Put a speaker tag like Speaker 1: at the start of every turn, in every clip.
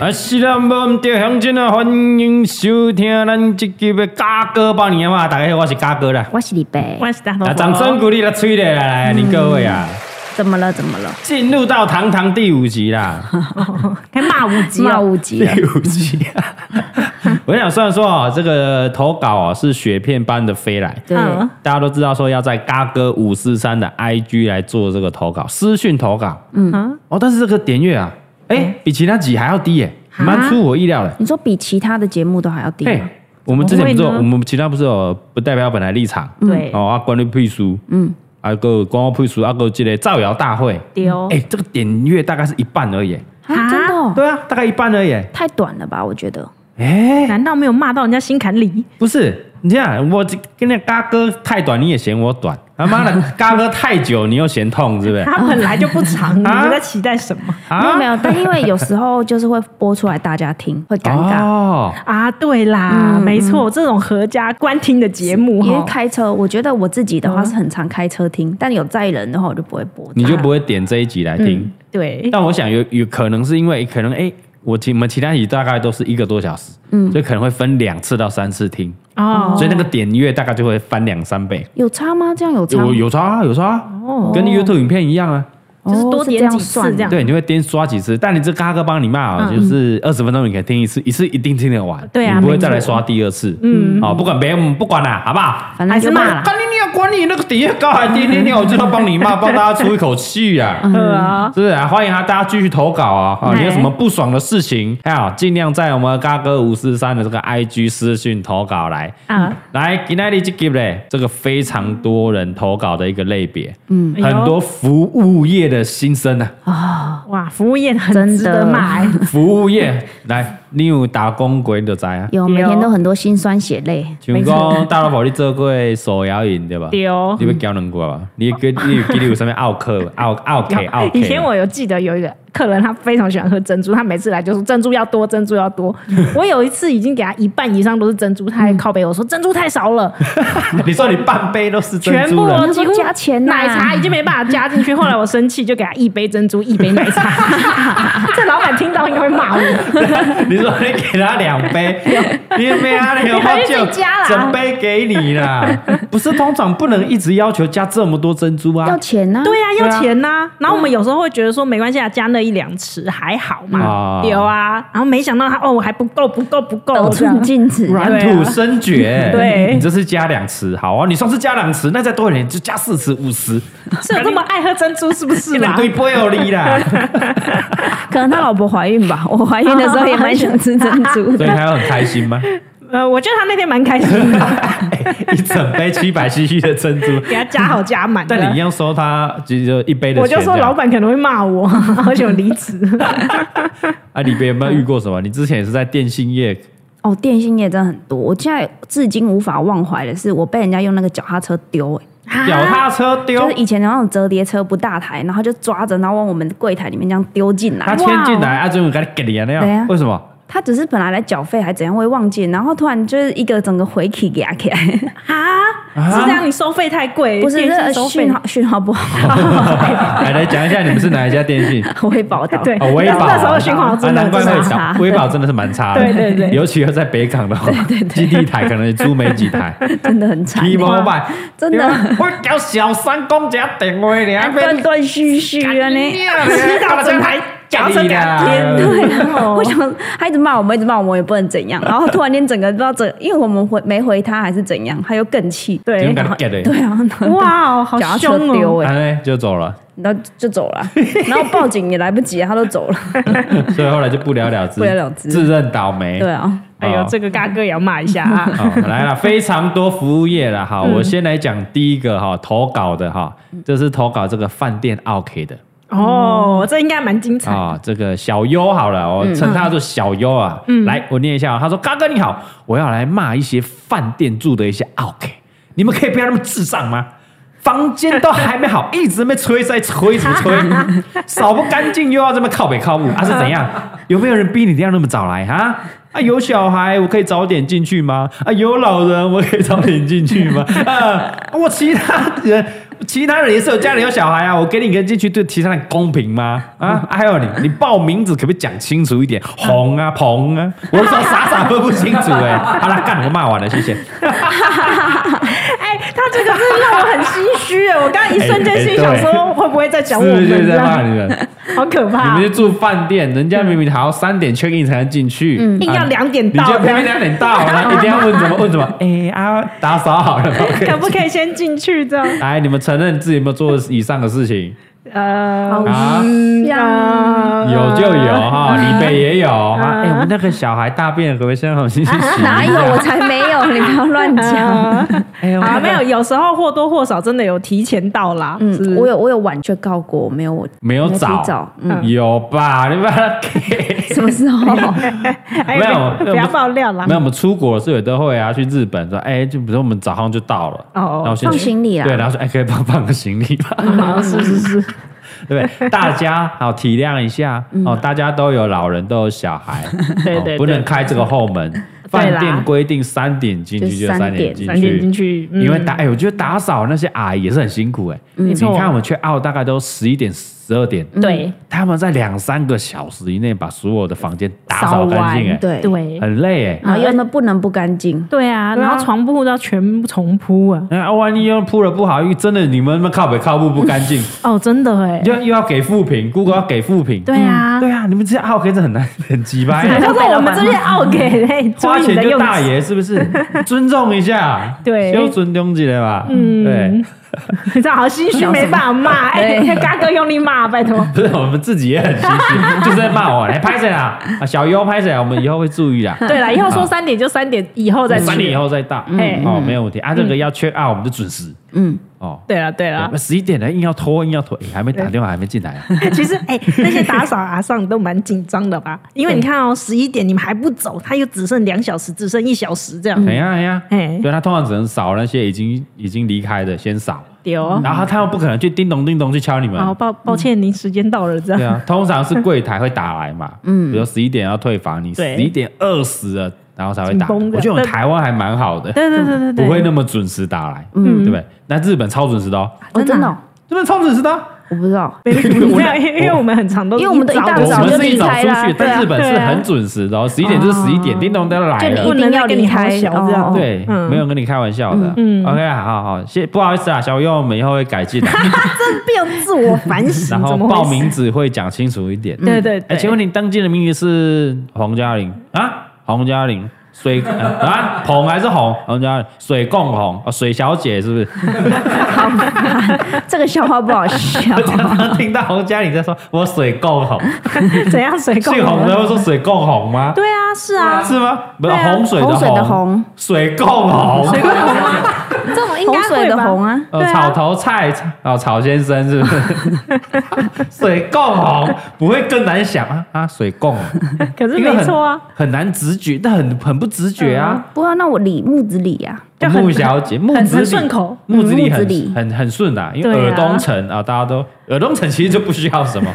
Speaker 1: 啊，是咱无毋对，乡亲啊，欢迎收听咱这集的嘎哥帮年嘛，大家好，我是嘎哥啦。
Speaker 2: 我是李贝，
Speaker 3: 我是大头
Speaker 1: 啊，掌声！鼓励他吹的来，你各位啊，
Speaker 2: 怎么了？怎么了？
Speaker 1: 进入到堂堂第五集啦，
Speaker 3: 开骂五级
Speaker 2: 骂啊
Speaker 3: 哦，
Speaker 2: 五级了，
Speaker 1: 五集、啊。 我想虽然说啊，这个投稿啊是雪片般的飞来，
Speaker 2: 对，
Speaker 3: 嗯
Speaker 1: 大家都知道说要在嘎哥五四三的 IG 来做这个投稿，私讯投稿，嗯，哦，但是这个点阅啊，哎、比其他集还要低耶、蛮出我意料的。
Speaker 2: 你说比其他的节目都还要啊低
Speaker 1: 嘿
Speaker 2: 吗？，
Speaker 1: 我们之前不是有，
Speaker 3: 怎么会呢
Speaker 1: 我们其他不是有不代表本来立场，
Speaker 3: 对
Speaker 1: 哦啊，关于配书，嗯，啊个关于配书，啊个这个造谣大会，
Speaker 3: 丢
Speaker 1: 哎，这个点阅大概是一半而已，
Speaker 2: 啊，真的哦，
Speaker 1: 对啊，大概一半而已，
Speaker 2: 太短了吧？我觉得
Speaker 1: 哎，
Speaker 3: 难道没有骂到人家心坎里？
Speaker 1: 不是，你这样，我这跟那嘎哥太短，你也嫌我短，他妈的嘎哥太久，你又嫌痛，是不是？
Speaker 3: 他本来就不长，你
Speaker 1: 啊
Speaker 3: 们在期待什么
Speaker 2: 没有没
Speaker 1: 有，
Speaker 2: 有，但因为有时候就是会播出来大家 听，会尴尬。
Speaker 1: 哦，
Speaker 3: 啊？对啦，没错，这种合家观听的节目
Speaker 2: 因为
Speaker 3: 哈，
Speaker 2: 开车，我觉得我自己的话是很常开车
Speaker 3: 嗯
Speaker 2: 听，但有载人的话我就不会播。
Speaker 1: 你就不会点这一集来
Speaker 3: 嗯
Speaker 1: 听，
Speaker 3: 对，
Speaker 1: 但我想有有可能是因为可能哎、我其我们其他集大概都是一个多小时，嗯，所以可能会分两次到三次听，
Speaker 3: 哦
Speaker 1: 所以那个点阅大概就会翻两三倍。
Speaker 2: 有差吗？这样有差吗？
Speaker 1: 有有差啊有差啊，跟 YouTube 影片一样啊。
Speaker 2: 哦，
Speaker 3: 就是多点几次
Speaker 2: 算的
Speaker 3: 这样
Speaker 1: 对，你就会颠刷几次，但你这嘎哥帮你骂啊，就是二十分钟你可以听一次，一次一定听得完，
Speaker 3: 对啊
Speaker 1: 你不会
Speaker 3: 没错
Speaker 1: 再来刷第二次。嗯，好，不管别人不管啦，好不好？
Speaker 2: 反正就
Speaker 3: 还是
Speaker 2: 骂
Speaker 3: 骂
Speaker 2: 了
Speaker 3: 啦。
Speaker 1: 看你你要管你那个底下高还低，你你我就要帮你骂，帮大家出一口气啊。
Speaker 3: 对啊，
Speaker 1: 是啊，欢迎啊，大家继续投稿啊！啊，
Speaker 3: 哎
Speaker 1: 你有什么不爽的事情，还有尽量在我们嘎哥五四三的这个 IG 私讯投稿来。
Speaker 3: 啊，
Speaker 1: 来，今天你这个嘞，这个非常多人投稿的一个类别，
Speaker 3: 哎呦
Speaker 1: 很多服务业的心声 啊，
Speaker 3: 哇，服务业很值得骂，哎
Speaker 1: 服务业，来，你有打工鬼就知啊，
Speaker 2: 有每天都很多心酸血泪，
Speaker 1: 像讲大老婆你做过手摇饮对吧？
Speaker 3: 丢
Speaker 1: 你。要交两过吧？你跟你有记得有什么奥克奥奥 K 奥 K？
Speaker 3: 以前我有记得有一个客人，他非常喜欢喝珍珠，他每次来就说珍珠要多，珍珠要多。我有一次已经给他一半以上都是珍珠，他还靠背我说珍珠太少了，
Speaker 1: 你说你半杯都是珍
Speaker 3: 全
Speaker 1: 珠
Speaker 3: 部
Speaker 1: 了，
Speaker 3: 几乎
Speaker 2: 加钱呐
Speaker 3: 奶茶已经没办法加进 去。后来我生气，就给他一杯珍珠，一杯奶 茶。这老板听到应该会骂我。
Speaker 1: 你说你给他两杯，你没啊？你有
Speaker 3: 你
Speaker 1: 话
Speaker 3: 还是
Speaker 1: 就
Speaker 3: 自己加啦
Speaker 1: 整杯给你啦。不是，通常不能一直要求加这么多珍珠啊
Speaker 2: 要。钱呐。
Speaker 3: 对呀、
Speaker 1: 对啊
Speaker 3: 要钱呐、然后我们有时候会觉得说没关系啊，加那一两匙还好
Speaker 1: 啊
Speaker 3: 嘛，有啊。然后没想到他哦，我还不够，不够，不够，
Speaker 2: 得
Speaker 3: 这
Speaker 2: 寸
Speaker 3: 样
Speaker 2: 进尺，
Speaker 1: 软
Speaker 3: 对
Speaker 1: 土
Speaker 3: 啊
Speaker 1: 生绝，
Speaker 3: 对
Speaker 1: 你这次加两匙，好啊，你上次加两匙，那再多一点就加四匙、五匙，
Speaker 3: 是有这么爱喝珍珠是不是啊
Speaker 1: 一
Speaker 3: 啦
Speaker 1: 两？堆玻璃 啦，
Speaker 2: 可能他老婆怀孕吧。 我怀孕的时候也蛮想吃珍 珠
Speaker 1: 所以
Speaker 2: 的。
Speaker 1: 他要很开心 吗？哎
Speaker 3: 呃，我觉得他那天蛮开心的，
Speaker 1: 一整杯七百 CC 的珍珠，
Speaker 3: 给他加好加满的。
Speaker 1: 但你一样收他就就一杯的
Speaker 3: 我
Speaker 1: 钱
Speaker 3: 就
Speaker 1: 这样。
Speaker 3: 说老板可能会骂我， 而且我离职。
Speaker 1: 啊，里边有没有遇过 什么？你之前也是在电信业
Speaker 2: 哦，电信业真的很多，我现在至今无法忘怀的是，我被人家用那个脚踏车丢、欸，
Speaker 1: 脚
Speaker 3: 啊
Speaker 1: 踏车丢，
Speaker 2: 就是以前的那种折叠车不大台，然后就抓着，然后往我们的柜台里面这样丢进
Speaker 1: 他
Speaker 2: 来。
Speaker 1: 牵进来，啊，最后给你给你啊那
Speaker 2: 对啊
Speaker 1: 样，为什么？
Speaker 2: 他只是本来来缴费还怎样会忘记，然后突然就是一个整个回起给他起来，
Speaker 3: 啊，是这样，你收费太贵，
Speaker 2: 不是
Speaker 3: 电信
Speaker 2: 这
Speaker 3: 收费
Speaker 2: 讯号讯号不好，
Speaker 1: 来来讲一下你们是哪一家电信？
Speaker 2: 我会报道。
Speaker 3: 对
Speaker 1: 哦，微宝
Speaker 3: 那时候巡航
Speaker 1: 啊，
Speaker 3: 真的
Speaker 1: 难怪
Speaker 3: 真的
Speaker 1: 会
Speaker 2: 很
Speaker 1: 倒
Speaker 2: 差，
Speaker 1: 微宝真的是蛮差的，
Speaker 3: 对对对
Speaker 1: 尤其要在北港的话，基地台可能也租没几台
Speaker 2: 真的 很惨，
Speaker 1: ，T Mobile
Speaker 2: 真的哎
Speaker 1: 我叫小三公家定位，你还
Speaker 2: 断断续续啊呢。
Speaker 1: 知道整台
Speaker 3: 脚车给他
Speaker 1: 天
Speaker 2: 对啊，我想他一直骂我们，一直骂我们，也不能怎样。然后突然间整个不知道怎，因为我们回没回他还是怎样，他又更气。
Speaker 1: 你们
Speaker 3: 对
Speaker 1: 给，他 get 的，
Speaker 2: 对啊，
Speaker 3: 哇 哦，好
Speaker 2: 脚踏车
Speaker 3: 凶
Speaker 2: 丢 哎、
Speaker 3: 哦，
Speaker 1: 然后呢就走了，
Speaker 2: 然后就走 了，然后报警也来不及，他都走了。
Speaker 1: 所以后来就不了了之，
Speaker 2: 不了了之
Speaker 1: 自认倒霉。
Speaker 2: 对啊，
Speaker 3: 哎呦
Speaker 1: 哦，。
Speaker 3: 这个嘎哥也要骂一下啊
Speaker 1: 好，来了，非常多服务业了。好，我先来讲第一个哈，投稿的哈，这是投稿这个饭店 OK 的。
Speaker 3: 哦，这应该蛮精彩嗯的。
Speaker 1: 嗯啊、这个小优好了，我称他做小优啊。
Speaker 3: 嗯
Speaker 1: 来，我念一下、哦。他说：“嘎哥你好，我要来骂一些饭店住的一些 OK，你们可以不要那么智障吗？房间都还没好，一直没吹在吹什么 吹，扫不干净又要这么靠北靠北啊？是怎样？有没有人逼你这样那么早来哈？”啊，有小孩我可以早点进去吗？啊，有老人我可以早点进去吗？啊，我其他人其他人也是有家里有小孩啊，我给你一个进去对其他人公平吗？啊，啊还有你你报名字可不可以讲清楚一点？红啊鹏啊，我说傻傻分不清楚哎、好了，干我骂完了，谢谢。
Speaker 3: 哎，他这个真的让我很唏嘘哎，我刚刚一瞬间心想
Speaker 1: 哎哎
Speaker 3: 说会不会在讲我
Speaker 1: 是不
Speaker 3: 们，
Speaker 1: 是就是
Speaker 3: 这
Speaker 1: 在骂
Speaker 3: 样
Speaker 1: 你们？
Speaker 3: 好可
Speaker 1: 你
Speaker 3: 怕
Speaker 1: 们去。住饭店，人家明明还要三点 check in 才能进去，
Speaker 3: 嗯硬要
Speaker 1: 啊
Speaker 3: 两点
Speaker 1: 你
Speaker 3: 到
Speaker 1: 就
Speaker 3: 这
Speaker 1: 偏偏两
Speaker 3: 样
Speaker 1: 点到，然后一定要问怎么问怎么？ 哎、啊，打扫好了吗，OK
Speaker 3: 可不可以先进去这样？
Speaker 1: 来，哎你们承认自己有没有做以上的事情？
Speaker 3: 呃，
Speaker 2: 好
Speaker 1: 啊
Speaker 2: 嗯啊
Speaker 3: 呃
Speaker 1: 有就有哈，李北也有哈。哎，我们那个小孩大便可不可以先让我 先去洗？
Speaker 2: 哪哎有？我？才没 有，你不要乱讲。
Speaker 1: 哎呦，
Speaker 3: 呃啊，
Speaker 1: 那个
Speaker 3: 没有，有时候或多或少真的有提前到啦。
Speaker 2: 嗯，
Speaker 3: 嗯，
Speaker 2: 我有我有晚却告过，我没有我
Speaker 1: 没有
Speaker 2: 没有
Speaker 1: 找
Speaker 2: 提早嗯，
Speaker 1: 有吧？ 你把它给。
Speaker 2: 什么时 候？
Speaker 3: 哎
Speaker 1: 没有
Speaker 3: 不要爆料啦
Speaker 1: 没。有，我们出国是有的会啊，去日本说，哎，就比如说我们早上就到了，
Speaker 3: 哦
Speaker 1: 然后先去
Speaker 2: 放行李啊啦
Speaker 1: 对，然后说，哎，可以帮我放个行李吧。
Speaker 3: 啊是是是，
Speaker 1: 对不对？大家好体谅一下哦，大家都有老人，都有小孩，
Speaker 3: 对
Speaker 1: 哦
Speaker 3: 对
Speaker 1: 不能
Speaker 3: 对
Speaker 1: 开这个后门。
Speaker 3: 对
Speaker 1: 饭
Speaker 3: 啦
Speaker 1: 店规定三点进去就
Speaker 2: 就
Speaker 1: 三
Speaker 2: 三
Speaker 1: 点
Speaker 2: 点
Speaker 1: 进
Speaker 3: 三点进
Speaker 1: 去。
Speaker 3: 去，嗯
Speaker 1: 因为打哎、我觉得打扫那些阿姨也是很辛苦哎、
Speaker 3: 没
Speaker 1: 你
Speaker 3: 错嗯
Speaker 1: 看我们去澳大概都十一点、十二点，
Speaker 3: 对
Speaker 1: 他们在两三个小时以内把所有的房间打扫
Speaker 3: 扫完
Speaker 1: 干净哎、
Speaker 2: 对，啊
Speaker 3: 对
Speaker 1: 很累哎、
Speaker 2: 然后又那不能不干净，
Speaker 3: 对啊，然后床铺都要全部重铺啊。
Speaker 1: 那、啊、万一又铺了不好，因为真的你们那靠北靠步不干净，
Speaker 3: 哦，真的哎，
Speaker 1: 又又要给负评，Google 要给负评，
Speaker 3: 对啊，
Speaker 1: 对啊，你们这些澳黑真的很难很鸡掰、
Speaker 3: 他
Speaker 1: 欸。
Speaker 3: 说我们这边奥给嘞，
Speaker 1: 花
Speaker 3: 注意你
Speaker 1: 钱
Speaker 3: 的
Speaker 1: 就
Speaker 3: 用
Speaker 1: 大
Speaker 3: 词
Speaker 1: 爷是不是？尊重一下，
Speaker 3: 对
Speaker 1: 要尊重起来吧。嗯，对
Speaker 3: 嗯，你知道好心虚，没办法骂，哎，
Speaker 2: 对
Speaker 3: 嘎哥用力骂，拜托。
Speaker 1: 不是我们自己也很心虚，就是在骂我，来拍谁啦？啊，小优拍谁啊？我们以后会注意啦，
Speaker 3: 对了，以后说三点就三点以后 再去
Speaker 1: 三点以。后再到。
Speaker 3: 嗯
Speaker 1: 哦，没有问题啊，这个要 check out 我们就准时。
Speaker 2: 嗯，
Speaker 1: 哦，
Speaker 3: 对了对啊了
Speaker 1: 那，十一点了，硬要拖，硬要拖，哎还没打电话，还没进来啊。
Speaker 3: 其实哎、那些打扫阿上都蛮紧张 的吧？因为你看哦，十一点你们还不走，他又只剩两小时，只剩一小时这样。
Speaker 1: 哎呀哎呀，
Speaker 3: 哎
Speaker 1: 对他通常只能扫那些已经已经离开的，先扫，
Speaker 3: 丢、
Speaker 1: 然后他又不可能去叮咚叮咚去敲你们。嗯
Speaker 3: 好抱抱歉，您时间到了这
Speaker 1: 对
Speaker 3: 样。
Speaker 1: 啊，通常是柜台会打来 嘛，嗯，比如十一点要退房，你
Speaker 3: 对
Speaker 1: 十一点二十了，然后才会打。
Speaker 3: 紧绷着
Speaker 1: 我觉得我们
Speaker 3: 但
Speaker 1: 台湾还蛮好的，
Speaker 3: 对对对 对对，
Speaker 1: 不会那么准时打来，嗯，对不对？那日本超准时的哦，
Speaker 2: 哦，真的哦，
Speaker 1: 日本超准时的哦，
Speaker 2: 我不知道，
Speaker 3: 没事，
Speaker 1: 我
Speaker 3: 没有因为因为我们很长都
Speaker 2: 因为我们都一大
Speaker 1: 我
Speaker 2: 早
Speaker 1: 们
Speaker 2: 就是
Speaker 1: 一早
Speaker 2: 离开
Speaker 1: 出
Speaker 2: 啦
Speaker 1: 去，
Speaker 2: 对啊
Speaker 1: 但日本是很准时的哦，十一点就是十一点，叮咚都来
Speaker 2: 就你
Speaker 1: 了
Speaker 2: 一。定要离开
Speaker 3: 不能再跟你嗯好小这样
Speaker 2: 哦哦
Speaker 1: 对，没有跟你开玩笑的。嗯，OK 啦，好好，谢，不好意思啊，小优，我们以后会改进的，
Speaker 3: 不要自我反省
Speaker 1: 然，后
Speaker 3: 怎么
Speaker 1: 报
Speaker 3: 回事？
Speaker 1: 名字会讲清楚一点。
Speaker 3: 对对
Speaker 1: 哎，
Speaker 3: 对，
Speaker 1: 请问你登记的名字是洪嘉玲啊？洪嘉玲，水呃啊，彭还是洪？洪嘉玲，水共洪啊，水小姐是不 是？
Speaker 2: 这个笑话不好 笑，
Speaker 1: 常常听到洪嘉玲在说“我水共洪
Speaker 3: 怎样水”，够
Speaker 1: 姓洪的会说“水共洪”吗？
Speaker 3: 对啊，是啊，
Speaker 1: 是吗？不是
Speaker 3: 对啊
Speaker 1: 洪水
Speaker 2: 洪水的
Speaker 1: 的
Speaker 2: 洪，
Speaker 1: 水共洪，
Speaker 3: 这种应
Speaker 2: 洪
Speaker 3: 该
Speaker 2: 水
Speaker 3: 会
Speaker 2: 的
Speaker 3: 吧
Speaker 2: 洪啊，
Speaker 1: 呃
Speaker 3: 对，啊
Speaker 1: 草头菜哦，草先生是不是？水共洪不会更难想啊啊，水 共洪，
Speaker 3: 可是
Speaker 1: 因为
Speaker 3: 没
Speaker 1: 很
Speaker 3: 错啊，，嗯
Speaker 1: 很难直觉，但很很不直觉啊。
Speaker 2: 不过那我理木子理呀，
Speaker 3: 就很
Speaker 1: 木 小姐，木
Speaker 3: 很
Speaker 1: 子李
Speaker 3: 顺口
Speaker 1: 木子李
Speaker 2: 嗯木子
Speaker 1: 很
Speaker 2: 李
Speaker 1: 很很顺啊，因为
Speaker 3: 对啊
Speaker 1: 尔东城啊，大家都尔东城其实就不需要什 么，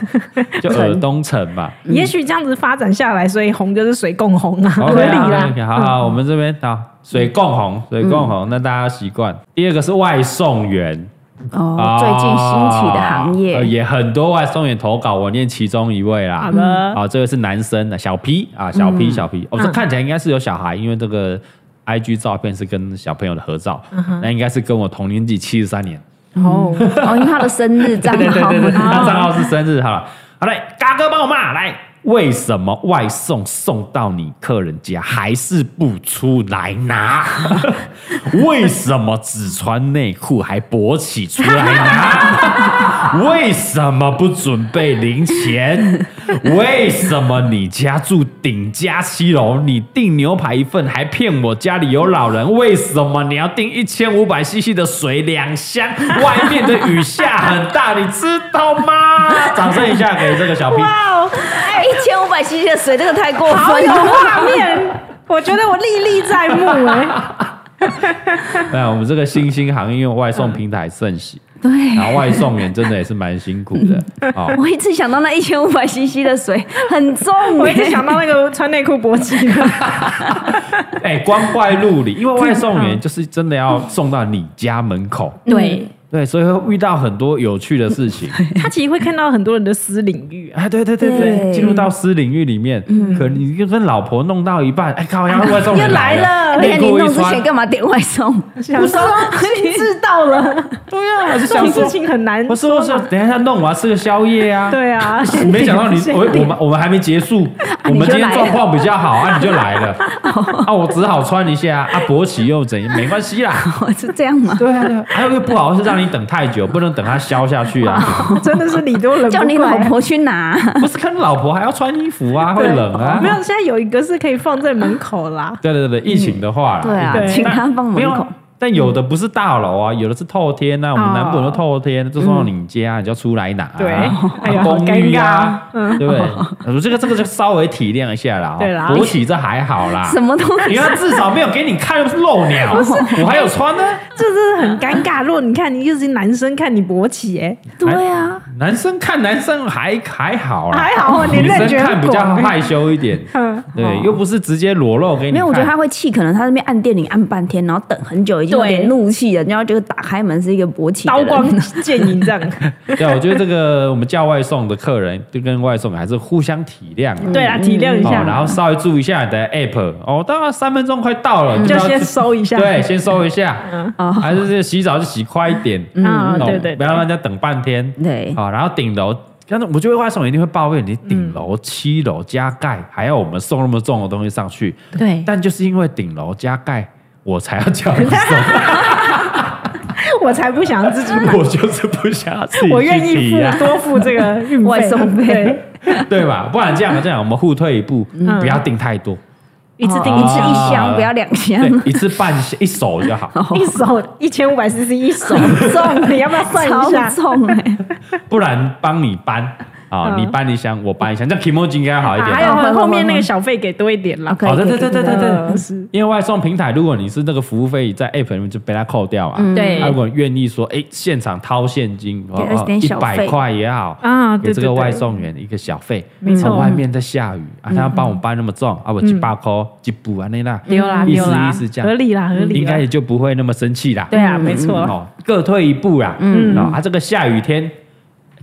Speaker 1: 就尔东城嘛。
Speaker 3: 也许这样子发展下来，所以红就是水共红啊，合
Speaker 1: OK
Speaker 3: 理
Speaker 1: 啊
Speaker 3: 啦。
Speaker 1: OK，好
Speaker 2: 嗯
Speaker 1: 好，我们这边啊，水共红，水共红，那大家习惯。第二个是外送员，
Speaker 2: 哦
Speaker 1: 啊，，
Speaker 2: 最近兴起的行
Speaker 1: 呃
Speaker 2: 业，
Speaker 1: 也很多外送员投稿，我念其中一位啦。
Speaker 3: 好的
Speaker 1: 好，这个是男生的小 P 啊，小
Speaker 2: 嗯
Speaker 1: P 小 P，哦，这看起来应该是有小孩，因为这个 IG 照片是跟小朋友的合照，
Speaker 2: 嗯
Speaker 1: 那应该是跟我同年纪七十三年。
Speaker 3: 哦，
Speaker 2: 哦，因为他的生日账
Speaker 1: 对对
Speaker 2: 号
Speaker 1: 对对，对，他账号是生日好了。好嘞，嘎哥帮我骂来，为什么外送送到你客人家还是不出来拿？为什么只穿内裤还勃起出来拿？为什么不准备零钱？为什么你家住顶家七楼，你订牛排一份还骗我家里有老人？为什么你要订一千五百 CC 的水两箱？外面的雨下很大，你知道吗？哇！掌声一下给这个小 P。
Speaker 3: 哇哦，
Speaker 2: 哎，一千五百 cc 的水，这个太过
Speaker 3: 好
Speaker 2: 分
Speaker 3: 有
Speaker 2: 了。
Speaker 3: 画面，我觉得我历历在目哎、
Speaker 1: 哎，我们这个新兴行业，因为外送平台盛行，
Speaker 2: 对，
Speaker 1: 然后外送员真的也是蛮辛苦的哦。
Speaker 2: 我一直想到那一千五百 cc 的水很重欸，
Speaker 3: 我一直想到那个穿内裤搏击的，
Speaker 1: 哎，光怪陆离，因为外送员就是真的要送到你家门口，
Speaker 3: 对
Speaker 1: 对，所以会遇到很多有趣的事情。
Speaker 3: 他其实会看到很多人的私领域啊。
Speaker 1: 哎，对对对对，
Speaker 2: 对
Speaker 1: 进入到私领域里面，可能你就跟老婆弄到一半，哎，靠，然后外送
Speaker 3: 又
Speaker 1: 员
Speaker 3: 来
Speaker 1: 了，
Speaker 3: 了
Speaker 2: 而且
Speaker 1: 内
Speaker 2: 哎你
Speaker 1: 裤
Speaker 2: 弄
Speaker 1: 哎一
Speaker 2: 之前
Speaker 1: 穿，
Speaker 2: 干嘛点外送？
Speaker 3: 啊想说
Speaker 1: 啊
Speaker 3: 啊你知道了，
Speaker 1: 对呀，我就
Speaker 3: 这
Speaker 1: 想
Speaker 3: 种
Speaker 1: 说
Speaker 3: 事，情很难。
Speaker 1: 我说我说，等一下弄，我要吃个宵夜啊。
Speaker 3: 对啊，
Speaker 1: 没想到你
Speaker 3: 先
Speaker 1: 我
Speaker 3: 点
Speaker 1: 我们我们还没结束，我们今天状况比较好啊，你就来了啊，我只好穿一下啊，勃起又怎样？没关系啦，
Speaker 2: 哦是这样吗？
Speaker 1: 对啊，对 啊还有一个不好是让你等太久，不能等它消下去啊，
Speaker 3: 真的是礼多人不
Speaker 2: 叫你
Speaker 3: 怪
Speaker 2: 老婆去拿，
Speaker 1: 不是看老婆还要穿衣服啊，会冷啊
Speaker 3: 没。有，现在有一个是可以放在门口 啦。
Speaker 1: 对对对，对疫情的话啦，
Speaker 2: 对啊
Speaker 1: 疫情
Speaker 3: 请
Speaker 1: 但
Speaker 2: 他放门
Speaker 1: 没有啊
Speaker 2: 口
Speaker 1: 但有的不是大楼啊，有的是透天啊，我们
Speaker 3: 哦
Speaker 1: 南部有的透天，啊就送到你家，你就要出来拿啊。
Speaker 3: 对
Speaker 1: 啊
Speaker 3: 哎呀好
Speaker 1: 公寓啊，
Speaker 3: 尴尬嗯
Speaker 1: 对不对？我这个这个就稍微体谅一下啦。哦
Speaker 3: 对啦
Speaker 1: 勃起这还好啦，
Speaker 2: 什么东
Speaker 1: 你
Speaker 2: 西？
Speaker 1: 看至少没有给你看漏鸟， 我还有穿呢。
Speaker 3: 这真的很尴尬。如果你看，你就是男生看你勃起，哎，
Speaker 2: 对啊，
Speaker 1: 男生看男生还还好啦，
Speaker 3: 还好啊你
Speaker 1: 女
Speaker 3: 认
Speaker 1: 生
Speaker 3: 觉很
Speaker 1: 看比较
Speaker 3: 广欸
Speaker 1: 害羞一点。
Speaker 3: 嗯，
Speaker 1: 对，又不是直接裸露给你看。
Speaker 2: 没有，我觉得他会气，可能他那边按电铃按半天，然后等很久，已经有
Speaker 3: 对
Speaker 2: 点怒气了，然后就打开门是一个勃起的
Speaker 3: 刀
Speaker 2: 人
Speaker 3: 光剑影 这样。
Speaker 1: 对，我觉得这个我们叫外送的客人就跟外送还是互相体谅啊。
Speaker 3: 对啦，体谅一
Speaker 1: 哦，
Speaker 3: 下，
Speaker 1: 然后稍微注意一下你的 app 哦，当然三分钟快到了，
Speaker 3: 嗯就
Speaker 1: 要
Speaker 3: 先收一下。嗯
Speaker 1: 对，先收一下，
Speaker 2: 哦
Speaker 1: 还是这洗澡就洗快一点，
Speaker 3: 啊，
Speaker 1: 懂
Speaker 3: 对对，
Speaker 1: 不要让人家等半天。
Speaker 2: 对
Speaker 1: 好，然后顶楼，但是我觉得外送一定会抱怨，你顶楼、七楼加盖还要我们送那么重的东西上去，
Speaker 3: 对，
Speaker 1: 但就是因为顶楼加盖，我才要叫 你送，
Speaker 3: 我才不想自己 买，
Speaker 1: 我就是不想要自己
Speaker 3: 我
Speaker 1: 去
Speaker 3: 愿意
Speaker 1: 体验
Speaker 3: 付多付这个运费
Speaker 2: 外送费
Speaker 3: 对
Speaker 1: 对吧？不然这样这样，我们互退一步，
Speaker 3: 嗯
Speaker 1: 不要订太多，
Speaker 3: 一次订
Speaker 2: 哦
Speaker 3: 一
Speaker 2: 一
Speaker 3: 次
Speaker 2: 次
Speaker 1: 啊
Speaker 2: 一箱，不要两箱
Speaker 1: 对，，一次半一手就好，
Speaker 2: 哦
Speaker 3: 一 手一千五百 CC 一手送，你要不要算一
Speaker 2: 超
Speaker 3: 下？
Speaker 2: 重哎。
Speaker 1: 不然帮你搬啊，
Speaker 3: 嗯
Speaker 1: 你搬一箱，我搬一箱，这样 i m o j i 应该好一
Speaker 3: 还
Speaker 1: 点。
Speaker 3: 有
Speaker 2: 会会
Speaker 3: 后面
Speaker 2: 会
Speaker 3: 那个小费给多一点啦。
Speaker 2: 可以
Speaker 1: 哦，对
Speaker 2: 可
Speaker 1: 对
Speaker 2: 以
Speaker 1: 对对对
Speaker 3: 嗯
Speaker 1: 对
Speaker 3: 是，
Speaker 1: 因为外送平台，如果你是那个服务费在 App 里面就被他扣掉啊，
Speaker 3: 对
Speaker 1: 啊如果愿意说，哎，现场掏现金，
Speaker 2: 给他点
Speaker 1: 一
Speaker 2: 小
Speaker 1: 百
Speaker 2: 费
Speaker 1: 块也好
Speaker 3: 啊
Speaker 1: 给
Speaker 3: 对
Speaker 1: 这个
Speaker 3: 对对
Speaker 1: 外送员一个小费。
Speaker 3: 没错嗯
Speaker 1: 哦外面在下雨啊，他要帮我搬那么重啊，我一百块一补啊那那，
Speaker 3: 丢啦
Speaker 1: 意
Speaker 3: 丢
Speaker 1: 思
Speaker 3: 啦
Speaker 1: 意思这，样
Speaker 3: 合理嗯啦合理啊
Speaker 1: 应
Speaker 3: 啦
Speaker 1: 该。也就不会那么生气啦。
Speaker 3: 对啊，没错啦，
Speaker 1: 哦，各退一步啦。嗯，哦，啊，这个下雨天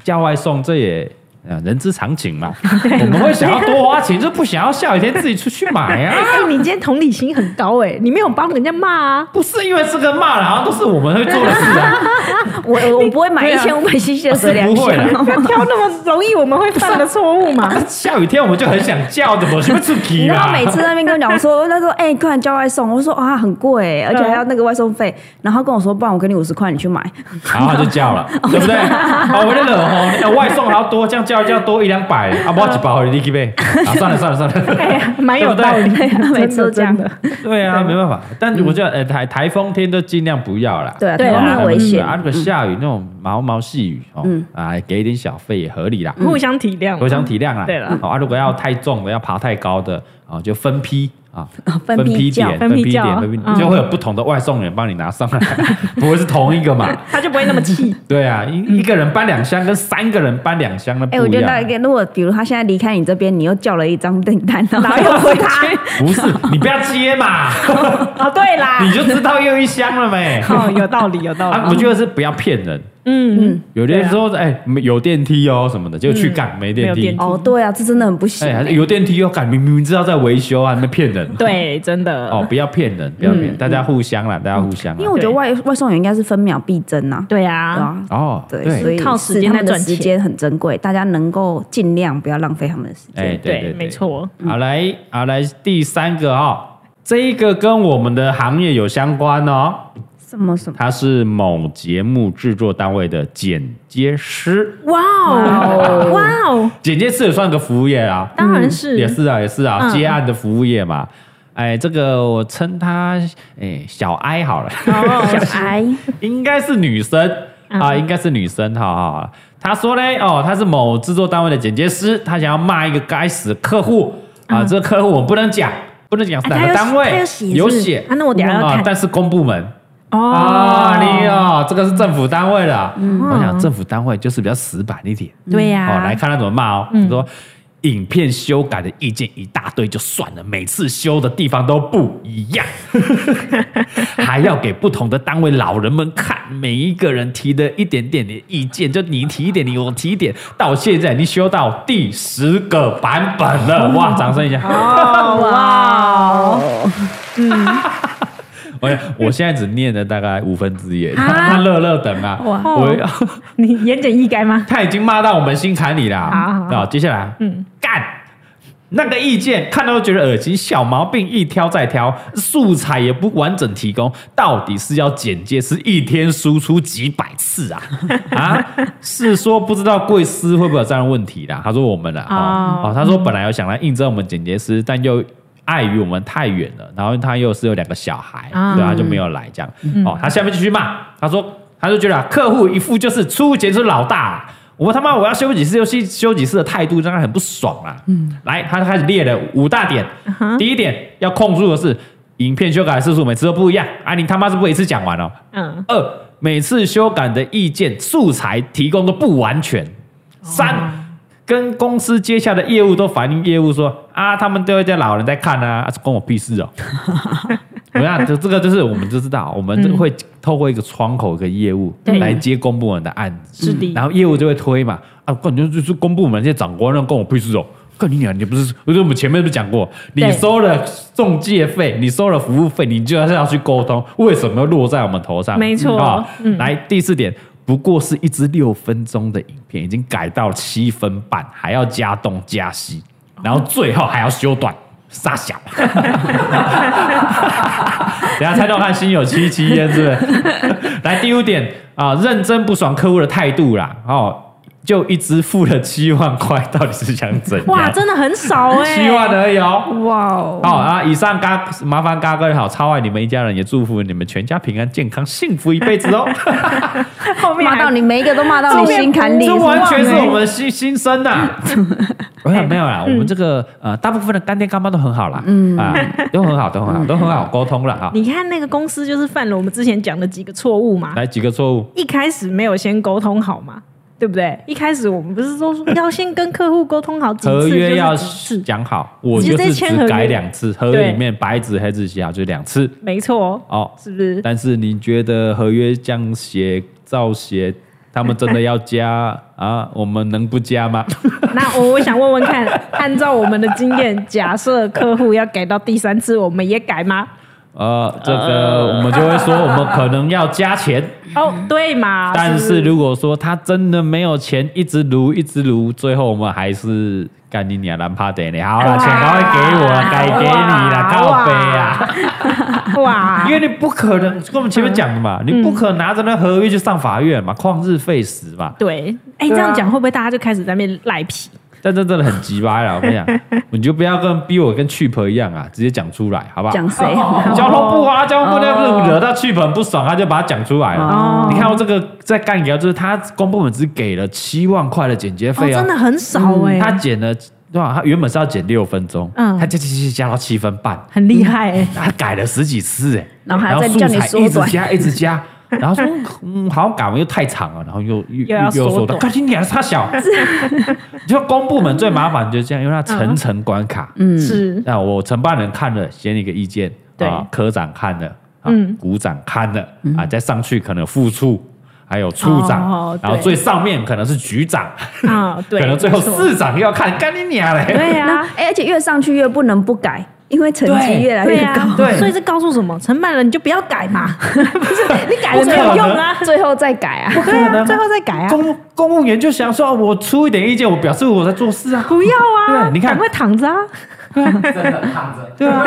Speaker 1: 叫外送，这也呃人之常情嘛。我们会想要多花钱，就不想要下雨天自己出去买啊。
Speaker 3: 哎，你今天同理心很高哎，你没有帮人家骂 啊，
Speaker 1: 不是因为这个骂了，好像都是我们会做的事啊，
Speaker 2: 我我我不会买
Speaker 3: 对
Speaker 2: 一
Speaker 3: 啊
Speaker 2: 千五百 cc 的
Speaker 1: 是
Speaker 2: 水两
Speaker 1: 不会
Speaker 2: 箱
Speaker 1: 啦
Speaker 2: 哦。
Speaker 3: 不要挑那么容易我们会犯的错误 嘛。
Speaker 1: 下雨天我们就很想叫，怎么什么出去
Speaker 2: 然
Speaker 1: 啦
Speaker 2: 后？每次那边跟我讲我说，他说哎，快点叫外送，我说啊很贵欸，而且还要那个外送费，然后跟我说不然我给你五十块，你去买。
Speaker 1: 然后他就叫了，对不对？啊，我就惹红，哎外送还要多，这样叫一叫多一两百，啊，我一包你去呗。啊，算了算了算了。
Speaker 3: 哎呀，蛮有道理，
Speaker 2: 对不对每次都这样
Speaker 3: 真的。真的
Speaker 1: 对啊，没办法，但我觉得呃台台风天都尽量不要啦。
Speaker 2: 对啊，
Speaker 3: 嗯对
Speaker 2: 台
Speaker 3: 啊
Speaker 2: 风
Speaker 1: 啊
Speaker 2: 很危
Speaker 1: 嗯
Speaker 2: 险嗯
Speaker 1: 啊，，那个下雨那种毛毛细雨哦，啊，给一点小费也合理啦，
Speaker 3: 互相体谅，
Speaker 1: 互相体谅啦。
Speaker 3: 对啦
Speaker 1: 哦啊，如果要太重的，要爬太高的啊，就分批 啊，
Speaker 2: 哦分批
Speaker 1: 批
Speaker 2: 叫
Speaker 1: 点，
Speaker 3: 分
Speaker 1: 分
Speaker 3: 批
Speaker 1: 批
Speaker 3: 叫
Speaker 1: 点，分批
Speaker 3: 嗯
Speaker 1: 就会有不同的外送员帮你拿上 来，不会是同一个嘛？
Speaker 3: 他就不会那么 气。
Speaker 1: 对啊，一一个人搬两箱跟三个人搬两箱那
Speaker 2: 嗯哎、
Speaker 1: 不
Speaker 2: 我
Speaker 1: 一
Speaker 2: 觉得那
Speaker 1: 样。
Speaker 2: 个，如果比如他现在离开你这边，你又叫了一张订单，然后又回去，
Speaker 1: 不是，你不要接 嘛，
Speaker 3: 哦，对啦，
Speaker 1: 你就知道又一箱了没？
Speaker 3: 哦，有道理，有道
Speaker 1: 啊，我
Speaker 3: 理。
Speaker 1: 觉得是不要骗人。
Speaker 3: 嗯，
Speaker 1: 有的人
Speaker 3: 对啊
Speaker 1: 说，哎，有电梯哦什么的，就去干没电
Speaker 3: 没有
Speaker 1: 梯
Speaker 3: 电梯。
Speaker 2: 哦，对啊，这真的很不行、
Speaker 1: 哎，还是有电梯又敢明明知道在维修啊，那骗 人。
Speaker 3: 对，真的。
Speaker 1: 哦，不要骗人，不要骗，
Speaker 3: 嗯
Speaker 1: 人，大家互相啦，大家互相啦。
Speaker 2: 因为我觉得外外送员应该是分秒必争呐、
Speaker 3: 对
Speaker 2: 啊，
Speaker 3: 啊，
Speaker 2: 啊，
Speaker 1: 哦，
Speaker 2: 对，所以
Speaker 3: 靠时
Speaker 2: 是
Speaker 3: 间
Speaker 2: 他
Speaker 3: 在
Speaker 2: 们的
Speaker 3: 赚钱
Speaker 2: 时间很珍贵，大家能够尽量不要浪费他们的时间。
Speaker 1: 哎，对
Speaker 3: 对
Speaker 1: 对，
Speaker 3: 没错。嗯
Speaker 1: 好来，好来，第三个哦，这一个跟我们的行业有相关哦，
Speaker 2: 什么什么？
Speaker 1: 他是某节目制作单位的剪接师，
Speaker 3: 哇哦，哇哦，
Speaker 1: 剪接师也算个服务业啦，
Speaker 3: 当然是，
Speaker 1: 也是啊，也是啊，
Speaker 3: 嗯
Speaker 1: 接案的服务业嘛。哎，这个我称他哎小 I 好了。
Speaker 3: 哦，
Speaker 2: 小 I，
Speaker 1: 应该是女生
Speaker 3: 嗯
Speaker 1: 啊，应该是女生，哈哈。他说呢，哦，他是某制作单位的剪接师，他想要骂一个该死的客户啊，这个客户我不能讲，不能讲是哪
Speaker 3: 嗯啊他有
Speaker 1: 个单位
Speaker 3: 他有写，
Speaker 1: 有
Speaker 3: 是不是
Speaker 1: 写
Speaker 3: 啊那我等一下要
Speaker 1: 啊
Speaker 3: 看
Speaker 1: 但是公部门
Speaker 3: 哦嗯
Speaker 1: 啊，，你哦，这个是政府单位的，我想政府单位就是比较死板一点，
Speaker 3: 对呀、
Speaker 1: 哦，来看他怎么骂哦。
Speaker 3: 嗯
Speaker 1: 说影片修改的意见一大堆就算了，每次修的地方都不一 样，还要给不同的单位老人们看，每一个人提的一点点的意见，就你提一点，你我提一点，到现在已经修到第十个版本了，哇！掌声一下。
Speaker 3: 哦哇，哦
Speaker 1: 我我现在只念了大概五分之一，
Speaker 3: 啊
Speaker 1: 他 乐乐等啊，
Speaker 3: 哇哦
Speaker 1: 我
Speaker 3: 你言简意赅吗？
Speaker 1: 他已经骂到我们心坎里啦。
Speaker 3: 好好好
Speaker 1: 接下来，嗯，干。那个意见看到都觉得恶心，小毛病一挑再挑，素材也不完整提供，到底是要简介是一天输出几百次啊？啊， 是说不知道贵司会不会有这样的问题啦？他说我们啦，哦
Speaker 3: 哦
Speaker 1: 哦，他说本来有想来应征我们剪接师，但又碍于我们太远了，然后他又是有两个小孩，
Speaker 3: 啊
Speaker 1: 对啊，就没有来这样。哦，他下面继续骂，他说他就觉得、啊、客户一副就是出钱就是老大、啊我他妈我要修几次就修修几次的态度让他很不爽啦、嗯，来，他开始列了五大点。第一点要控诉的是，影片修改次数每次都不一样啊！你他妈是不是一次讲完哦？
Speaker 3: 嗯，
Speaker 1: 二，每次修改的意见素材提供的不完全。
Speaker 3: 哦
Speaker 1: 三，跟公司接下的业务都反映业务说啊，他们都有一些老人在看啊，啊关我屁事 哦。怎么样？就这个就是我们就知道，我们就会透过一个窗口跟业务
Speaker 3: 对
Speaker 1: 来接公部门的案子，
Speaker 3: 是的
Speaker 1: 然后业务就会推嘛，啊，感觉就是公部门这些长官让跟我屁事哦。跟你讲，你不是，我就我们前面不是讲过，你
Speaker 3: 对
Speaker 1: 收了中介费，你收了服务费，你就要是要去沟通，为什么要落在我们头上？
Speaker 3: 没错嗯
Speaker 1: 啊、来第四点，不过是一支六分钟的影片，已经改到七分半，还要加东加西，
Speaker 3: 哦
Speaker 1: 然后最后还要修短，傻小。 等一下蔡东汉心有戚戚焉，是不 是？来第五点啊、认真不爽客户的态度啦，哦，就一支付了七万块，到底是想怎样？
Speaker 3: 哇，真的很少哎、
Speaker 1: 七万而已哦。
Speaker 3: 哇哦，
Speaker 1: 好、啊！以上嘎，麻烦嘎哥好，超爱你们一家人，也祝福你们全家平安、健康、幸福一辈子哦。
Speaker 3: 后面
Speaker 2: 骂
Speaker 3: 还
Speaker 2: 到你每一个都骂到你心坎里，
Speaker 1: 这
Speaker 2: 是
Speaker 1: 完
Speaker 2: 吧
Speaker 1: 全是我们的心心声 呐。我想哎没有
Speaker 3: 嗯
Speaker 1: 啦，我们这个呃，大部分的干爹干妈都很好啦，嗯啊，都很好，都很好，都很好沟通了哈。
Speaker 3: 嗯你看那个公司就是犯了我们之前讲的几个错误嘛，
Speaker 1: 来几个错误，
Speaker 3: 一开始没有先沟通好嘛，对不对？一开始我们不是都说要先跟客户沟通好几次，
Speaker 1: 合约要
Speaker 3: 就是几次
Speaker 1: 讲好，我
Speaker 3: 直
Speaker 1: 就
Speaker 3: 接
Speaker 1: 是
Speaker 3: 签合
Speaker 1: 只
Speaker 3: 约
Speaker 1: 改两次，合约
Speaker 3: 对
Speaker 1: 里面白纸黑字写好就是两次
Speaker 3: 没错，
Speaker 1: 哦。
Speaker 3: 是不是？
Speaker 1: 但是你觉得合约这样写照写，他们真的要加 啊？我们能不加吗？
Speaker 3: 那我我想问问看， 按照我们的经验，假设客户要改到第三次，我们也改吗？
Speaker 1: 呃，这个我们就会说，我们可能要加钱。
Speaker 3: 哦，对嘛，
Speaker 1: 但
Speaker 3: 不
Speaker 1: 是如果说他真的没有钱，一直撸一直撸，最后我们还是干你娘蓝趴点你好了，
Speaker 3: 哇
Speaker 1: 钱赶快给我啦，该给你啦，
Speaker 3: 哇
Speaker 1: 靠背啊！
Speaker 3: 哇
Speaker 1: 因，为你不可能，跟我们前面讲的嘛，你不可能拿着那合约去上法院嘛，旷日费时嘛。
Speaker 3: 对，哎，
Speaker 1: 对啊
Speaker 3: 这样讲会不会大家就开始在那边赖皮？
Speaker 1: 但这真的很鸡巴啦，我跟你讲，你就不要跟逼我跟去婆一样啊，直接讲出来，好不好？
Speaker 2: 讲谁？
Speaker 1: 交通部啊，交通部那不是惹到去很不爽，他就把它讲出来了。
Speaker 3: 哦
Speaker 1: 你看我这个在干聊，就是他公部门只给了七万块的剪接
Speaker 3: 哦，
Speaker 1: 费啊，
Speaker 3: 真的很少哎，
Speaker 1: 他剪了多少？他原本是要剪六分钟，
Speaker 3: 嗯
Speaker 1: 他加加加加到七分半，
Speaker 3: 很厉害哎，
Speaker 1: 他改了十几次哎，
Speaker 2: 然后还要再
Speaker 1: 素
Speaker 2: 叫你
Speaker 1: 材
Speaker 2: 缩
Speaker 1: 一直
Speaker 2: 短
Speaker 1: 加一直加。然后说，嗯，好像改完又太长了，然后又又
Speaker 3: 又要
Speaker 1: 又
Speaker 3: 缩
Speaker 1: 说，
Speaker 3: 短
Speaker 1: 赶紧点差小。就公部门最麻烦就是这样，因为它层层关卡，嗯，
Speaker 3: 是
Speaker 1: 那我承办人看了，写你个意见，
Speaker 3: 对
Speaker 1: 啊，科长看了，啊
Speaker 3: 嗯，
Speaker 1: 股长看了，啊，再上去可能副处，还有处长
Speaker 3: 哦，
Speaker 1: 然后
Speaker 3: 对
Speaker 1: 最上面可能是局长，
Speaker 3: 啊，对，
Speaker 1: 可能最后
Speaker 3: 没错
Speaker 1: 市长又要看，干你娘嘞！
Speaker 3: 对啊
Speaker 2: 那
Speaker 3: 呀。
Speaker 2: 哎而且越上去越不能不改，因为成绩
Speaker 1: 对啊
Speaker 2: 越来
Speaker 3: 对
Speaker 2: 越
Speaker 3: 呀、
Speaker 2: 高，
Speaker 1: 对
Speaker 3: 所以是告诉什么？承办人你就不要改嘛， 不是你改了
Speaker 1: 不
Speaker 3: 没有
Speaker 1: 可能
Speaker 3: 用啊，
Speaker 2: 最后再改 啊。
Speaker 1: 可
Speaker 3: 对
Speaker 1: 能
Speaker 3: 啊，
Speaker 1: 啊
Speaker 3: 最后再改啊，
Speaker 1: 公公务员就想说，哦我出一点意见，我表示我在做事 啊，
Speaker 3: 不要啊，
Speaker 1: 对你看
Speaker 3: 赶快躺着啊，
Speaker 1: 对 啊，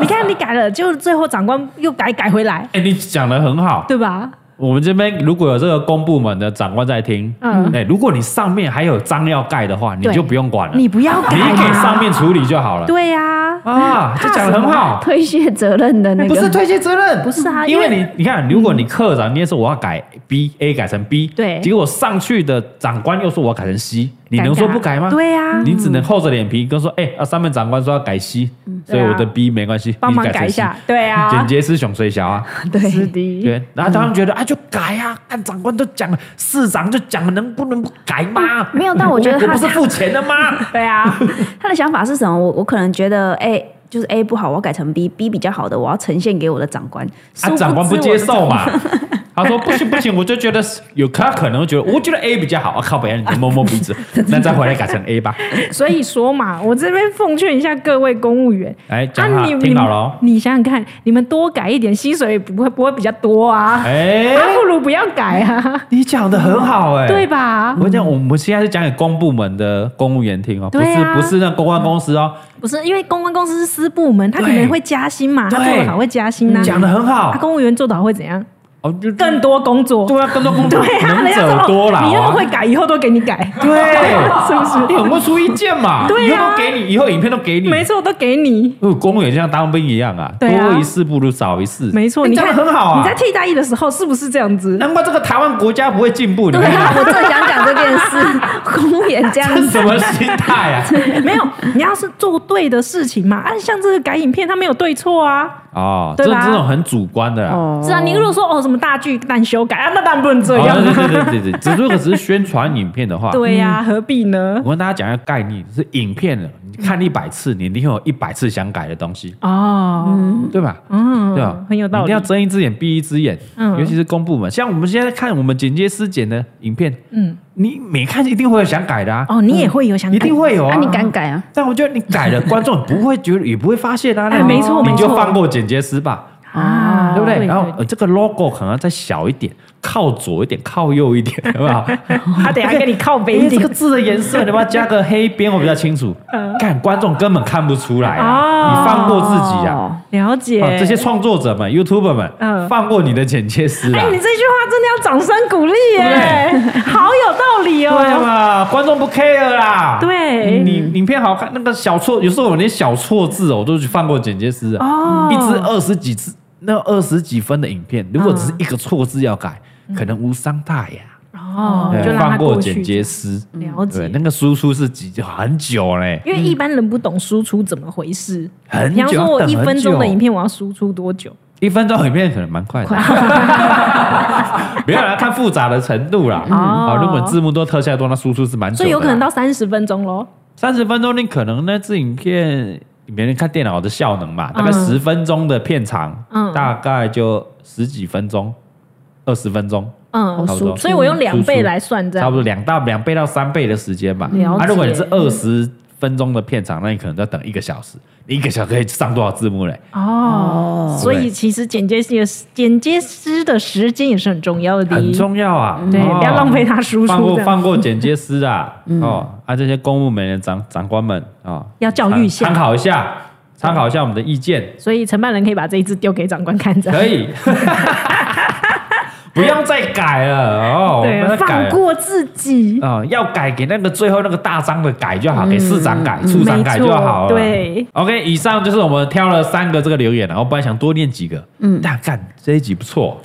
Speaker 3: 你看你改了，就最后长官又改改回来，
Speaker 1: 哎，你讲的很好。
Speaker 3: 对吧？
Speaker 1: 我们这边如果有这个公部门的长官在听，
Speaker 3: 嗯
Speaker 1: 哎，如果你上面还有章要盖的话，你
Speaker 3: 对
Speaker 1: 就不用管了，
Speaker 3: 你不要改
Speaker 1: 你
Speaker 3: 嘛，
Speaker 1: 给上面处理就好了。
Speaker 3: 对呀、啊，
Speaker 1: 啊，这讲的很好，
Speaker 2: 推卸责任的那
Speaker 1: 不是
Speaker 2: 个，
Speaker 1: 推卸责任，
Speaker 3: 不是啊
Speaker 1: 因为
Speaker 3: 因为嗯
Speaker 1: 你你看，如果你科长，你也说我要改 B A 改成 B，
Speaker 3: 对
Speaker 1: 结果上去的长官又说我要改成 C，你能说不改吗？
Speaker 3: 对啊呀、
Speaker 1: 你只能厚着脸皮跟说，哎、啊，上面长官说要改 C，、所以
Speaker 3: 对啊
Speaker 1: 我的 B 没关系，
Speaker 3: 帮忙
Speaker 1: 你
Speaker 3: 改
Speaker 1: 改
Speaker 3: 一
Speaker 1: 成 C
Speaker 3: 下，，对啊，嗯
Speaker 1: 简洁是熊水小啊，
Speaker 3: 是
Speaker 2: 对，
Speaker 3: 的，
Speaker 1: 对，然后他们觉得、啊，就改啊，按长官都讲了，市长就讲了，能不能不改嘛？
Speaker 3: 嗯
Speaker 2: 没有但我觉得
Speaker 1: 我
Speaker 2: 他
Speaker 1: 不是付钱的 吗？
Speaker 3: 对啊，
Speaker 2: 他的想法是什么？我我可能觉得，哎、就是 A 不好，我要改成 B；B 比较好的，我要呈现给我的长官。殊
Speaker 1: 啊，
Speaker 2: 知
Speaker 1: 长官不接
Speaker 2: 我的
Speaker 1: 受嘛。他说不行不行，我就觉得是有他可能觉得，我觉得 A 比较好。啊、靠北岸，你就摸摸鼻 子，那再回来改成 A 吧。
Speaker 3: 所以说嘛，我这边奉劝一下各位公务员，
Speaker 1: 哎，
Speaker 3: 啊
Speaker 1: 讲好，
Speaker 3: 你
Speaker 1: 听好了哦。
Speaker 3: 你想想看，你们多改一点，薪水也不会不会比较多啊，
Speaker 1: 哎，
Speaker 3: 还不如不要改啊，
Speaker 1: 你讲的很好哎、
Speaker 3: 对？吧
Speaker 1: 我？跟你讲，我们现在是讲给公部门的公务员听哦，不
Speaker 3: 嗯对
Speaker 1: 是
Speaker 3: 啊
Speaker 1: 不是那公关公司哦，
Speaker 3: 不是因为公关公司是私部门，他可能会加薪嘛，他
Speaker 1: 对
Speaker 3: 做的好会加薪呐、
Speaker 1: 讲的很好
Speaker 3: 啊，公务员做的好会怎样？
Speaker 1: 哦，就
Speaker 3: 更多工作。
Speaker 1: 对啊，更多工作
Speaker 3: 对啊，
Speaker 1: 能
Speaker 3: 人家
Speaker 1: 者
Speaker 3: 说
Speaker 1: 多劳、啊，
Speaker 3: 你那么会改，以后都给你改。
Speaker 1: 对，
Speaker 3: 是不是
Speaker 1: 你很会哎出意见嘛，
Speaker 3: 对啊
Speaker 1: 以后都给你，以后影片都给你，
Speaker 3: 没错，都给你。
Speaker 1: 呃，公务员就像当兵一样啊，
Speaker 3: 对啊
Speaker 1: 多一事不如少一事。
Speaker 3: 没错，
Speaker 1: 你
Speaker 3: 你
Speaker 1: 讲的
Speaker 3: 看
Speaker 1: 很好
Speaker 3: 你
Speaker 1: 啊
Speaker 3: 在。替代役的时候是不是这 样子？
Speaker 1: 难怪这个台湾国家不会进步，你
Speaker 2: 对
Speaker 1: 看
Speaker 2: 啊
Speaker 1: 看，
Speaker 2: 我正想讲这件事，公务员这样
Speaker 1: 这是
Speaker 2: 子，
Speaker 1: 什么心态 啊？
Speaker 3: 没有，你要是做对的事情嘛。啊，像这个改影片，它没有对错啊。
Speaker 1: 哦，这
Speaker 3: 对吧
Speaker 1: 这种很主观的啦。
Speaker 3: 是啊，你如果说哦什么大剧但修改啊，那当然不能这
Speaker 1: 哦
Speaker 3: 样。
Speaker 1: 对对对对对，只如果只是宣传影片的话，
Speaker 3: 对呀、何必呢
Speaker 1: 我？跟大家讲一个概念，是影片的，你看一百次，你一定会有一百次想改的东西，
Speaker 3: 哦，
Speaker 1: 对吧？
Speaker 3: 嗯，
Speaker 1: 对吧？
Speaker 3: 很有道
Speaker 1: 你一
Speaker 3: 理
Speaker 1: 定要。睁一只眼闭一只眼，
Speaker 3: 嗯
Speaker 1: 尤其是公部门，像我们现在看我们剪接师剪的影片，
Speaker 3: 嗯，
Speaker 1: 你每看一定会有想改的啊，
Speaker 3: 哦，你也会有想改，
Speaker 1: 一定会有
Speaker 2: 那、
Speaker 1: 啊，
Speaker 2: 你敢改啊？
Speaker 1: 但我觉得你改了，观众不会觉得，也不会发现啊。
Speaker 3: 哎
Speaker 1: 那
Speaker 3: 没错
Speaker 1: 你就
Speaker 3: 没错
Speaker 1: 放过剪接师吧，
Speaker 3: 啊，
Speaker 1: 对不对？然后
Speaker 3: 对
Speaker 1: 呃这个 logo 可能再小一点，靠左一点，靠右一点， 好不好？
Speaker 3: 他等一下跟你靠背
Speaker 1: 哎
Speaker 3: 一
Speaker 1: 这
Speaker 3: 点
Speaker 1: 个字的颜色，你要不要 加个黑边？我比较清楚。看观众根本看不出来啊，
Speaker 3: 呃哦
Speaker 1: 你放过自己啊！
Speaker 2: 哦
Speaker 3: 了解
Speaker 1: 啊这些创作者们、YouTuber 们，
Speaker 3: 嗯
Speaker 1: 放过你的剪接师啊
Speaker 3: 哎，！你这句话真的要掌声鼓励耶，好有道理
Speaker 1: 对
Speaker 3: 哦。
Speaker 1: 嘛，观众不 care 啦。
Speaker 3: 对
Speaker 1: 你你影片好看，那个小错，有时候我连小错字哦我都去放过剪接师啊。
Speaker 3: 哦
Speaker 1: 一支二十几字，那二十几分的影片，如果
Speaker 3: 嗯
Speaker 1: 只是一个错字要改，可能无伤大雅。
Speaker 3: 哦
Speaker 1: 对
Speaker 3: 就让
Speaker 1: 放
Speaker 3: 他
Speaker 1: 过
Speaker 3: 去嗯
Speaker 1: 剪接师，
Speaker 3: 了
Speaker 1: 对，
Speaker 3: 解
Speaker 1: 那。个输出是几很久嘞，
Speaker 3: 因为一般人不懂输出怎么回事。
Speaker 1: 很久啊
Speaker 3: 比方说，我一分钟
Speaker 1: 等很
Speaker 3: 的
Speaker 1: 久
Speaker 3: 影片，我要输出多久？
Speaker 1: 一分钟影片可能蛮快的。 没有啦，看复杂的程度啦。啊，如果字幕多、特效多，那输出是蛮久的啦。
Speaker 3: 哦所以有可能到三十分钟喽。
Speaker 1: 三十分钟，你可能那支影片，别人看电脑的效能嘛，大概
Speaker 3: 嗯
Speaker 1: 十分钟的片长，
Speaker 3: 嗯
Speaker 1: 大概就十几分钟、二十分钟，
Speaker 3: 嗯
Speaker 1: 差不多，
Speaker 3: 所以我用两
Speaker 1: 输
Speaker 3: 倍
Speaker 1: 出
Speaker 3: 来算，这
Speaker 1: 差不多
Speaker 3: 样
Speaker 1: 两到两倍到三倍的时间吧。
Speaker 3: 了解
Speaker 1: 啊，如果你是二十分钟的片长，那你可能要等一个小时，你一个小时可以上多少字幕嘞？
Speaker 3: 哦。所以其实剪接师的剪接师的时间也是很重要的，
Speaker 1: 很重要啊，
Speaker 3: 对，
Speaker 1: 哦
Speaker 3: 不要浪费他输
Speaker 1: 放
Speaker 3: 出
Speaker 1: 过
Speaker 3: 这样。嗯
Speaker 1: 放过剪接师 啊，哦，啊这些公务人员长长官们啊，
Speaker 3: 要教育一下
Speaker 1: 参参考一下，参考一下我们的意见，
Speaker 3: 所以承办人可以把这一次丢给长官看着。
Speaker 1: 可 以，不用再改了哦，不要
Speaker 3: 对，
Speaker 1: 再改
Speaker 3: 放
Speaker 1: 了。
Speaker 3: 过自己。
Speaker 1: 啊、要改给那个最后那个大章的改就好，给市长改、处长改就好了。
Speaker 3: 嗯没错对
Speaker 1: ，OK，以上就是我们挑了三个这个留言，然后本来想多念几个，嗯，但干这一集不错，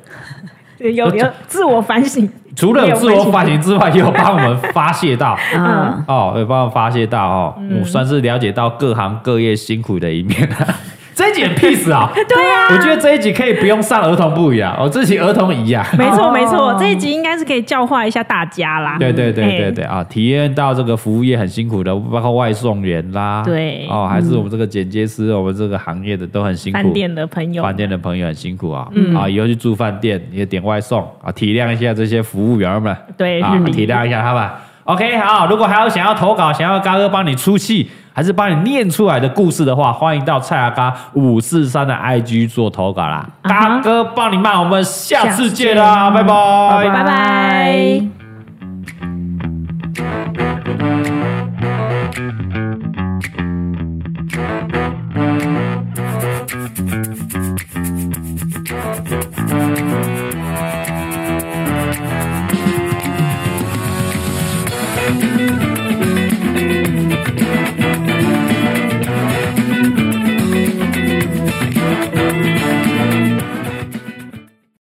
Speaker 3: 对 有有自我反省，
Speaker 1: 除了有自我反
Speaker 3: 没有
Speaker 1: 省之外，也有帮我们发泄 到。
Speaker 3: 嗯
Speaker 2: 啊，
Speaker 1: 哦，有帮我发泄到哦，我算是了解到各行各业辛苦的一面。 这一集很 peace 啊、
Speaker 3: 对啊，
Speaker 1: 我觉得这一集可以不用上儿童不宜啊，哦，这集儿童仪啊。
Speaker 3: 没错没错
Speaker 2: 哦，
Speaker 3: 这一集应该是可以教化一下大家啦。
Speaker 1: 对对对对
Speaker 3: 哎
Speaker 1: 对啊！体验到这个服务业很辛苦的，包括外送员啦，
Speaker 3: 对嗯
Speaker 1: 哦，还是我们这个剪接师，我们这个行业的都很辛苦。
Speaker 3: 饭店的朋友，啊嗯
Speaker 1: 饭店的朋友很辛苦啊，啊，以后去住饭店也点外送啊，体谅一下这些服务员们，
Speaker 3: 对
Speaker 1: 啊
Speaker 3: 是，的
Speaker 1: 体谅一下他们。OK，好，如果还有想要投稿、想要嘎哥帮你出气，还是帮你念出来的故事的话，欢迎到蔡阿嘎五四三的 IG 做投稿啦。
Speaker 3: 啊哈
Speaker 1: 嘎哥帮你骂，我们下次见
Speaker 3: 下
Speaker 1: 啦，
Speaker 3: 次见拜拜。